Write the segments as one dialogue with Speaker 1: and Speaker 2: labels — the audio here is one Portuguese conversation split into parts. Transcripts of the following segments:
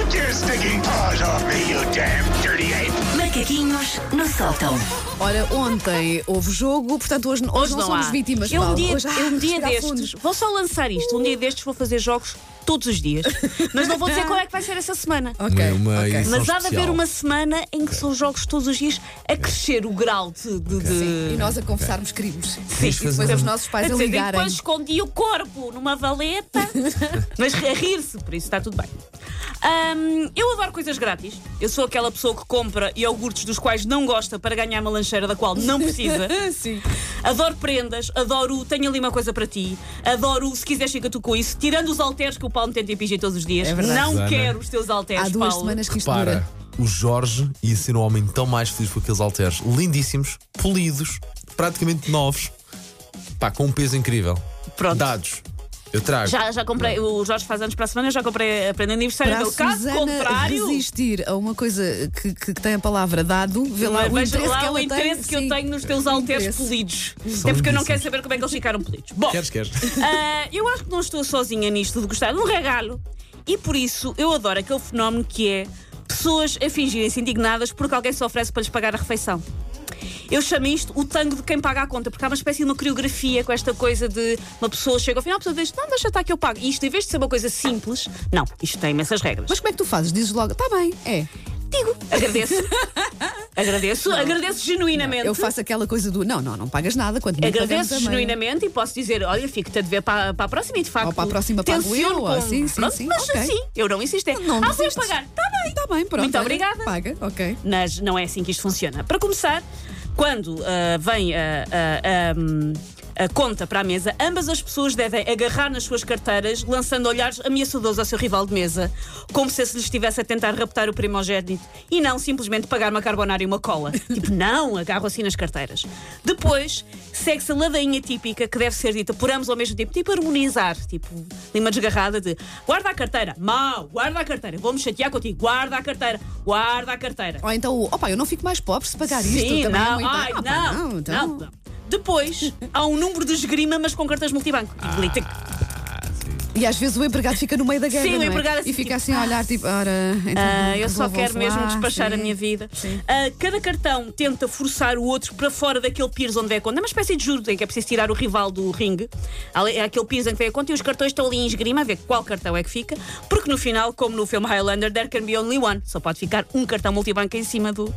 Speaker 1: Taking paws off me, you damn dirty ape!
Speaker 2: Macaquinhos no sótão.
Speaker 3: Ora, ontem houve jogo, portanto hoje, hoje,
Speaker 4: Hoje
Speaker 3: não,
Speaker 4: não,
Speaker 3: somos
Speaker 4: há.
Speaker 3: vítimas.
Speaker 4: Eu um
Speaker 3: Paulo.
Speaker 4: dia,
Speaker 3: hoje,
Speaker 4: eu um dia
Speaker 3: respirar
Speaker 4: destes,
Speaker 3: fundo.
Speaker 4: vou só lançar isto. Um dia destes vou fazer jogos todos os dias. Mas não vou dizer qual é que vai ser essa semana.
Speaker 3: Ok,
Speaker 5: Uma- uma
Speaker 3: ok.
Speaker 5: edição.
Speaker 4: Mas há de haver
Speaker 5: especial.
Speaker 4: uma semana em que são jogos todos os dias a crescer o grau de. de, de...
Speaker 3: E nós a confessarmos crimes.
Speaker 4: Sim,
Speaker 3: E depois os nossos
Speaker 4: Quer
Speaker 3: pais a
Speaker 4: dizer,
Speaker 3: ligarem.
Speaker 4: depois escondi o corpo numa valeta, mas a rir-se, por isso está tudo bem. Ahm, eu adoro coisas grátis. Eu sou aquela pessoa que compra iogurtes dos quais não gosta para ganhar uma lancheira da qual não precisa.
Speaker 3: Sim.
Speaker 4: Adoro prendas, adoro o tenho ali uma coisa para ti, adoro o se quiseres fica tu com isso, tirando os halteres que o Paulo me tenta impingir todos os dias.
Speaker 3: É verdade.
Speaker 4: não
Speaker 5: Susana.
Speaker 4: quero os teus halteres,
Speaker 3: Há duas
Speaker 4: Paulo.
Speaker 3: semanas que isto é?
Speaker 5: Repara,
Speaker 3: dura.
Speaker 5: o Jorge ia ser o homem tão mais feliz com aqueles halteres lindíssimos, polidos, praticamente novos, pá, com um peso incrível.
Speaker 4: Pronto.
Speaker 5: Dados. Eu trago.
Speaker 4: Já, já comprei, o Jorge faz anos para a semana, eu já comprei a prenda de aniversário
Speaker 3: Para a
Speaker 4: dele. Caso
Speaker 3: Susana
Speaker 4: contrário,
Speaker 3: resistir a uma coisa que, que tem a palavra dado, vê lá o
Speaker 4: veja
Speaker 3: interesse
Speaker 4: lá
Speaker 3: que
Speaker 4: o
Speaker 3: ela
Speaker 4: interesse
Speaker 3: tem.
Speaker 4: que eu
Speaker 3: Sim.
Speaker 4: tenho nos teus halteres
Speaker 3: Interesse.
Speaker 4: polidos. Até porque eu não quero saber como é que eles ficaram polidos. Bom,
Speaker 5: Queres, queres?
Speaker 4: Ah, eu acho que não estou sozinha nisto de gostar de um regalo. E por isso eu adoro aquele fenómeno que é pessoas a fingirem-se indignadas porque alguém se oferece para lhes pagar a refeição. Eu chamo isto o tango de quem paga a conta, porque há uma espécie de uma coreografia com esta coisa de uma pessoa chega ao final, a pessoa diz: Não, deixa estar que eu pago. E isto, em vez de ser uma coisa simples, não, isto tem imensas regras.
Speaker 3: Mas como é que tu fazes? Dizes logo, está bem, é.
Speaker 4: digo, agradeço. agradeço, agradeço genuinamente.
Speaker 3: Eu faço aquela coisa do não, não, não pagas nada, quanto mais
Speaker 4: Então? Agradeço
Speaker 3: pagamos, a meia.
Speaker 4: genuinamente e posso dizer: olha, fico-te a dever para, para a próxima e de facto.
Speaker 3: Ou para a próxima pago
Speaker 4: tenciono
Speaker 3: eu, ou
Speaker 4: com-
Speaker 3: assim, sim,
Speaker 4: Pronto,
Speaker 3: sim,
Speaker 4: Mas
Speaker 3: ok.
Speaker 4: assim, eu não insisto. é,
Speaker 3: Não, não
Speaker 4: ah, vou
Speaker 3: desistes.
Speaker 4: pagar, está bem.
Speaker 3: Está bem, pronto.
Speaker 4: Muito
Speaker 3: olha,
Speaker 4: obrigada.
Speaker 3: Paga, ok.
Speaker 4: Mas não é assim que isto funciona. Para começar, quando ah, vem ah, ah, ah, hum, a conta para a mesa, ambas as pessoas devem agarrar nas suas carteiras, lançando olhares ameaçadores ao seu rival de mesa, como se se lhe estivesse a tentar raptar o primogênito e não simplesmente pagar uma carbonara e uma cola. tipo, não, agarro assim nas carteiras. Depois, segue-se a ladainha típica que deve ser dita por ambos ao mesmo tempo, tipo harmonizar, tipo, lima desgarrada de guarda a carteira, mau, guarda a carteira, vou-me chatear contigo, guarda a carteira, guarda a carteira.
Speaker 3: Ou então, o, opa, eu não fico mais pobre se pagar isto.
Speaker 4: Sim,
Speaker 3: também é
Speaker 4: não,
Speaker 3: muito-
Speaker 4: ai,
Speaker 3: Ah, pá,
Speaker 4: não,
Speaker 3: não, então-
Speaker 4: não, não. Depois, há um número de esgrima, mas com cartões multibanco.
Speaker 3: Ah.
Speaker 4: Tipo, ali, tic.
Speaker 3: E às vezes o empregado fica no meio da guerra
Speaker 4: Sim, o
Speaker 3: não é?
Speaker 4: empregado assim,
Speaker 3: e fica
Speaker 4: tipo,
Speaker 3: assim a olhar, tipo, ora. Então,
Speaker 4: Ah, eu só
Speaker 3: resolvam-se
Speaker 4: quero mesmo
Speaker 3: lá,
Speaker 4: despachar a
Speaker 3: sim.
Speaker 4: minha vida.
Speaker 3: Sim.
Speaker 4: Ah, cada cartão tenta forçar o outro para fora daquele piers onde vem a conta. É uma espécie de juro em que é preciso tirar o rival do ringue. Ali- É aquele piers em que vem a conta e os cartões estão ali em esgrima a ver qual cartão é que fica. Porque no final, como no filme Highlander, there can be only one. Só pode ficar um cartão multibanco em cima do.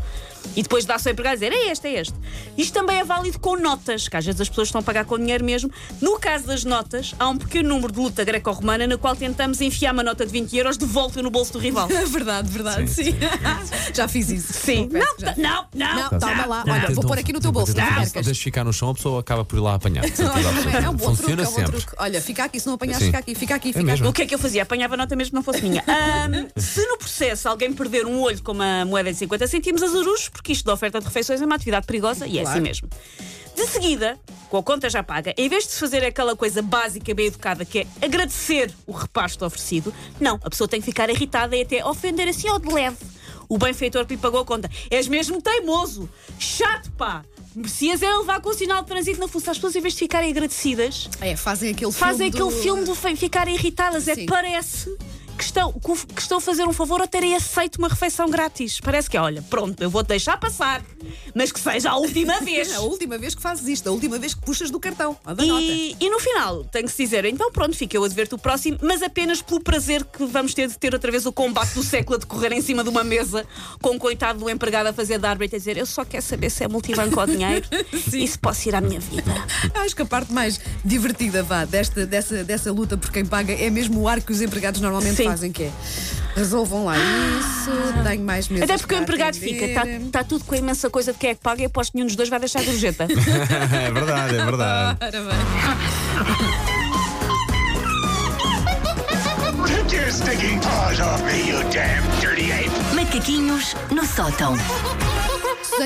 Speaker 4: E depois dá-se ao empregado e dizer: é este, é este. Isto também é válido com notas, que às vezes as pessoas estão a pagar com dinheiro mesmo. No caso das notas, há um pequeno número de luta greco-romana na qual tentamos enfiar uma nota de 20 euros de volta no bolso do rival.
Speaker 3: Verdade, verdade, sim. já fiz isso.
Speaker 4: Sim.
Speaker 3: Confesso que já
Speaker 4: Não, não, não,
Speaker 3: Não, toma lá. Ah, Olha, vou pôr aqui no teu bolso. Não,
Speaker 5: Tentam-
Speaker 3: percas.
Speaker 5: Deixa ficar no chão, a pessoa acaba por ir lá apanhar. de certeza absoluta.
Speaker 3: É um bom truque,
Speaker 5: Funciona
Speaker 3: é um bom
Speaker 5: sempre.
Speaker 3: truque. Olha, fica aqui, se não apanhares,
Speaker 5: Sim.
Speaker 3: fica aqui, fica aqui, fica aqui.
Speaker 5: mesmo.
Speaker 4: O que é que eu fazia? Apanhava nota mesmo que não fosse minha. Ahm, se no processo alguém perder um olho com uma moeda de 50 centimos, azarujos, porque isto da oferta de refeições é uma atividade perigosa e é assim
Speaker 3: Claro.
Speaker 4: mesmo. De seguida, com a conta já paga, em vez de se fazer aquela coisa básica bem educada que é agradecer o repasto oferecido, não, a pessoa tem que ficar irritada e até ofender assim ao de leve. O benfeitor que lhe pagou a conta. És mesmo teimoso. Chato, pá. Merecias era levar com o sinal de trânsito na função. As pessoas, em vez de ficarem agradecidas,
Speaker 3: É, fazem aquele
Speaker 4: fazem
Speaker 3: filme.
Speaker 4: aquele
Speaker 3: do-
Speaker 4: filme do fe- ficarem irritadas.
Speaker 3: Sim.
Speaker 4: É parece que estão, que estão a fazer um favor ou terem aceito uma refeição grátis. Parece que é, olha, pronto, eu vou-te deixar passar, mas que seja a última vez.
Speaker 3: É a última vez que fazes isto, a última vez que puxas do cartão, ou da nota.
Speaker 4: E, e no final tem que se dizer, então pronto, fica eu a dever-te o próximo, mas apenas pelo prazer que vamos ter de ter outra vez o combate do século a decorrer em cima de uma mesa com o coitado do empregado a fazer de árbitro e a dizer eu só quero saber se é multibanco ou dinheiro e se posso ir à minha vida.
Speaker 3: Acho que a parte mais divertida, vá, desta, dessa, dessa luta por quem paga é mesmo o ar que os empregados normalmente
Speaker 4: Sim. Ah.
Speaker 3: fazem, que é resolvam lá isso, tenho mais meses.
Speaker 4: Até porque o
Speaker 3: para
Speaker 4: empregado
Speaker 3: atender.
Speaker 4: fica, tá está tudo com a imensa coisa de quem é que paga e aposto que nenhum dos dois vai deixar a gorjeta.
Speaker 5: é verdade, é verdade.
Speaker 3: Ora bem.
Speaker 1: Take your stinking paws off me, you damn dirty ape!
Speaker 2: Macaquinhos no sótão.